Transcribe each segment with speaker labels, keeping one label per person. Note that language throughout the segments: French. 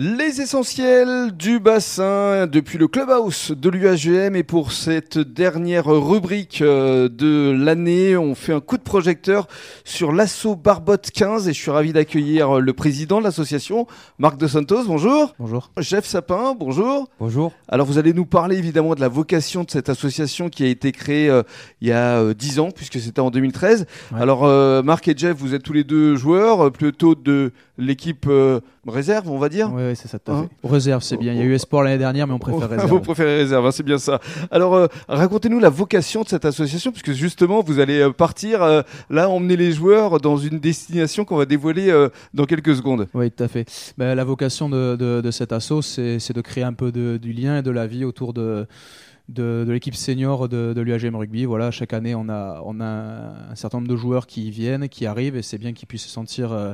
Speaker 1: Les essentiels du bassin depuis le clubhouse de l'UAGM et pour cette dernière rubrique euh, de l'année, on fait un coup de projecteur sur l'assaut Barbotte 15 et je suis ravi d'accueillir euh, le président de l'association, Marc De Santos. Bonjour.
Speaker 2: Bonjour.
Speaker 1: Chef Sapin, bonjour.
Speaker 2: Bonjour.
Speaker 1: Alors vous allez nous parler évidemment de la vocation de cette association qui a été créée euh, il y a euh, 10 ans puisque c'était en 2013.
Speaker 2: Ouais.
Speaker 1: Alors euh, Marc et Jeff, vous êtes tous les deux joueurs euh, plutôt de l'équipe euh, réserve, on va dire.
Speaker 2: Oui, c'est ça, tout
Speaker 1: Hein
Speaker 2: à fait. Réserve, c'est bien. Il y a eu Espoir l'année dernière, mais on
Speaker 1: Oh,
Speaker 2: préfère
Speaker 1: Vous
Speaker 2: réserve.
Speaker 1: préférez réserve, hein, c'est bien ça. Alors, euh, racontez-nous la vocation de cette association, puisque justement, vous allez euh, partir, euh, là, emmener les joueurs dans une destination qu'on va dévoiler euh, dans quelques secondes.
Speaker 2: Oui, tout à fait. Ben, la vocation de, de, de cet assaut, c'est c'est de créer un peu de- du lien et de la vie autour de, de, de l'équipe senior de, de l'UAGM Rugby. Voilà, chaque année, on a, on a un certain nombre de joueurs qui viennent, qui arrivent, et c'est bien qu'ils puissent se sentir euh,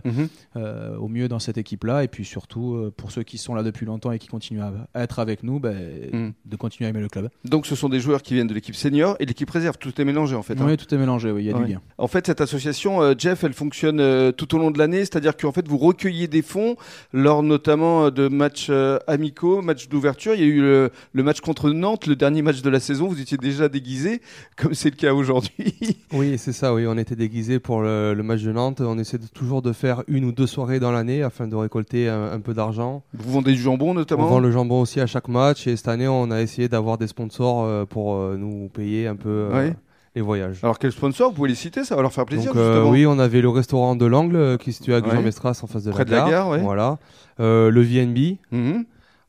Speaker 2: euh, au mieux dans cette équipe-là. Et puis surtout, euh, pour ceux qui sont là depuis longtemps et qui continuent à, à être avec nous, ben,
Speaker 1: Mm.
Speaker 2: de continuer à aimer le club.
Speaker 1: Donc, ce sont des joueurs qui viennent de l'équipe senior et de l'équipe réserve. Tout est mélangé, en fait. hein.
Speaker 2: Oui, tout est mélangé, oui, il y a
Speaker 1: Ouais.
Speaker 2: du lien.
Speaker 1: En fait, cette association, euh, Jeff, elle fonctionne euh, tout au long de l'année, c'est-à-dire qu'en fait, vous recueillez des fonds lors notamment euh, de matchs euh, amicaux, matchs d'ouverture. Il y a eu le, le match contre Nantes, le dernier match de la saison. Vous étiez déjà déguisé, comme c'est le cas aujourd'hui.
Speaker 3: Oui, c'est ça, oui. On était déguisés pour le, le match de Nantes. On essaie de- toujours de faire une ou deux soirées dans l'année afin de récolter un, un peu d'argent.
Speaker 1: Vous vendez du jambon
Speaker 3: On
Speaker 1: notamment.
Speaker 3: vend le jambon aussi à chaque match et cette année, on a essayé d'avoir des sponsors euh, pour euh, nous payer un peu euh,
Speaker 1: Ouais.
Speaker 3: les voyages.
Speaker 1: Alors quel sponsor Vous pouvez les citer, ça va leur faire plaisir
Speaker 3: Donc, euh,
Speaker 1: justement.
Speaker 3: oui, on avait le restaurant de l'Angle euh, qui se situe à
Speaker 1: Ouais.
Speaker 3: Gujan-Mestras en face de,
Speaker 1: Près
Speaker 3: la,
Speaker 1: de la
Speaker 3: gare.
Speaker 1: gare, ouais.
Speaker 3: Voilà. Euh, le VNB.
Speaker 1: Mhm.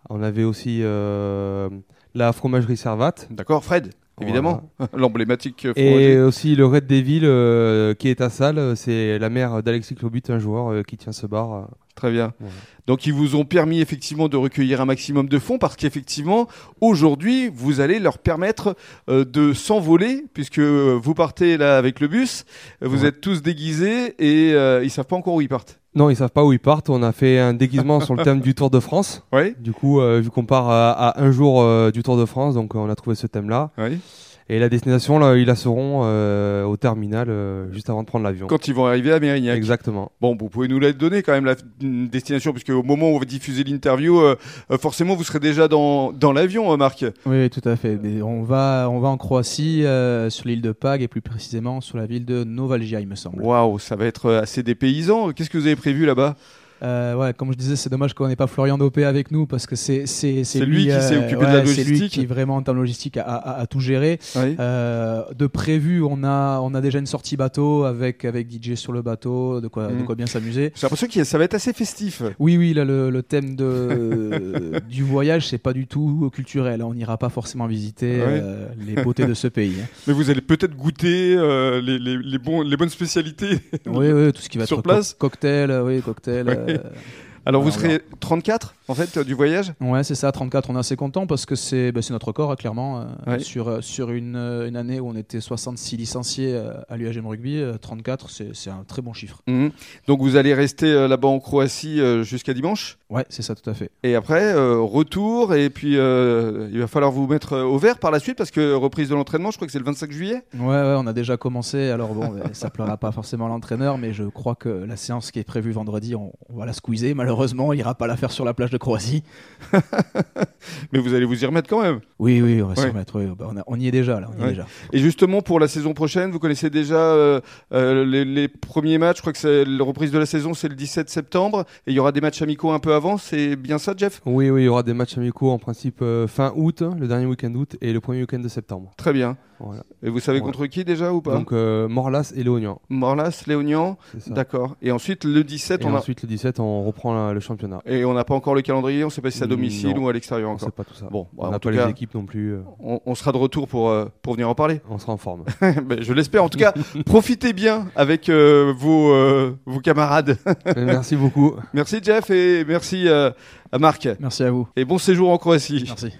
Speaker 3: On avait aussi euh, la fromagerie Servate.
Speaker 1: D'accord, Fred, évidemment, l'emblématique. euh,
Speaker 3: Et
Speaker 1: fromager.
Speaker 3: aussi le Red Devil euh, qui est à salle, c'est la mère d'Alexis Clobut, un joueur euh, qui tient ce bar. euh.
Speaker 1: Très bien.
Speaker 3: Voilà.
Speaker 1: Donc ils vous ont permis effectivement de recueillir un maximum de fonds parce qu'effectivement aujourd'hui vous allez leur permettre euh, de s'envoler puisque euh, vous partez là avec le bus, euh, vous
Speaker 3: Ouais.
Speaker 1: êtes tous déguisés et euh, ils savent pas encore où ils partent.
Speaker 3: Non, ils savent pas où ils partent. On a fait un déguisement sur le thème du Tour de France.
Speaker 1: Oui.
Speaker 3: Du coup, euh, vu qu'on part à, à un jour euh, du Tour de France, donc euh, on a trouvé ce thème-là.
Speaker 1: Oui.
Speaker 3: Et la destination, là, ils la sauront euh, au terminal euh, juste avant de prendre l'avion.
Speaker 1: Quand ils vont arriver à Mérignac.
Speaker 3: Exactement.
Speaker 1: Bon, vous pouvez nous la donner quand même la mm, destination, puisque au moment où on va diffuser l'interview, euh, euh, forcément vous serez déjà dans, dans l'avion, hein, Marc.
Speaker 2: Oui, oui, tout à fait. Des- On va, on va en Croatie, euh, sur l'île de Pag et plus précisément sur la ville de Novalgia, il me semble.
Speaker 1: Waouh, ça va être euh, assez dépaysant. Qu'est-ce que vous avez prévu là-bas
Speaker 2: Euh, ouais, comme je disais, c'est dommage qu'on n'ait pas Florian Dopé avec nous parce que c'est c'est euh,
Speaker 1: C'est lui qui s'est occupé de la
Speaker 2: ouais, C'est lui
Speaker 1: logistique.
Speaker 2: qui vraiment en termes logistiques a, a- a tout géré. Euh, de prévu, on a on a déjà une sortie bateau avec avec DJ sur le bateau, de quoi de
Speaker 1: Mm.
Speaker 2: quoi bien s'amuser.
Speaker 1: J'ai l'impression que ça va être assez festif.
Speaker 2: Oui, oui, là, le, le thème de, du voyage, c'est pas du tout culturel. hein. On n'ira pas forcément visiter
Speaker 1: Ouais.
Speaker 2: euh, les beautés de ce pays. hein.
Speaker 1: Mais vous allez peut-être goûter euh, les, les- les bons, les bonnes spécialités.
Speaker 2: Oui, oui, tout ce qui va
Speaker 1: Sur
Speaker 2: être
Speaker 1: place
Speaker 2: co- cocktail, euh, oui, cocktail.
Speaker 1: Ouais.
Speaker 2: euh,
Speaker 1: Alors vous
Speaker 2: Alors,
Speaker 1: serez 34 en fait euh, du voyage
Speaker 2: Ouais, c'est ça, 34, on est assez content parce que c'est bah, c'est notre corps, hein, clairement. euh,
Speaker 1: Ouais.
Speaker 2: Sur, euh, sur une, euh, une année où on était 66 licenciés euh, à l'UAGM Rugby, euh, 34, c'est c'est un très bon chiffre.
Speaker 1: Mhm. Donc vous allez rester euh, là-bas en Croatie euh, jusqu'à dimanche.
Speaker 2: Ouais, c'est ça, tout à fait.
Speaker 1: Et après, euh, retour. Et puis euh, il va falloir vous mettre euh, au vert par la suite parce que reprise de l'entraînement, je crois que c'est le 25 juillet.
Speaker 2: Ouais, ouais, on a déjà commencé. Alors bon, bah, ça plaira pas forcément à l'entraîneur, mais je crois que la séance qui est prévue vendredi, on, on va la squeezer. Malheureusement, il ira pas la faire sur la plage de Croatie.
Speaker 1: Mais vous allez vous y remettre quand même.
Speaker 2: Oui, oui, on va s'y
Speaker 1: Ouais.
Speaker 2: remettre. oui, bah, on, a- on y est déjà, là. On y
Speaker 1: Ouais.
Speaker 2: est déjà.
Speaker 1: Et justement, pour la saison prochaine, vous connaissez déjà euh, euh, les, les premiers matchs. Je crois que c'est la reprise de la saison, c'est le 17 septembre. Et il y aura des matchs amicaux un peu avant. C'est bien ça, Jeff
Speaker 3: Oui, oui, il y aura des matchs amicaux en principe euh, fin août, le dernier week-end d'août et le premier week-end de septembre.
Speaker 1: Très bien.
Speaker 3: Voilà.
Speaker 1: Et vous savez
Speaker 3: Ouais.
Speaker 1: contre qui déjà ou pas
Speaker 3: Donc euh, Morlas et Léognan.
Speaker 1: Morlas, Léognan,
Speaker 3: c'est ça.
Speaker 1: d'accord. Et ensuite, le 17,
Speaker 3: Et
Speaker 1: on a...
Speaker 3: ensuite, le 17, on reprend la- le championnat.
Speaker 1: Et on n'a pas encore le calendrier, on ne sait pas si c'est à
Speaker 3: Non.
Speaker 1: domicile ou à l'extérieur
Speaker 3: On sait
Speaker 1: encore.
Speaker 3: pas tout ça.
Speaker 1: Bon, bah,
Speaker 3: on
Speaker 1: en
Speaker 3: n'a
Speaker 1: tout
Speaker 3: pas
Speaker 1: cas,
Speaker 3: les équipes non plus. euh,
Speaker 1: on, on sera de retour pour, euh, pour venir en parler.
Speaker 3: on sera en forme.
Speaker 1: Ben, Je l'espère. En tout cas, profitez bien avec euh, vos, euh, vos camarades.
Speaker 3: Merci beaucoup.
Speaker 1: merci Jeff et merci euh, à Marc.
Speaker 2: Merci à vous.
Speaker 1: Et bon séjour en Croatie.
Speaker 2: Merci.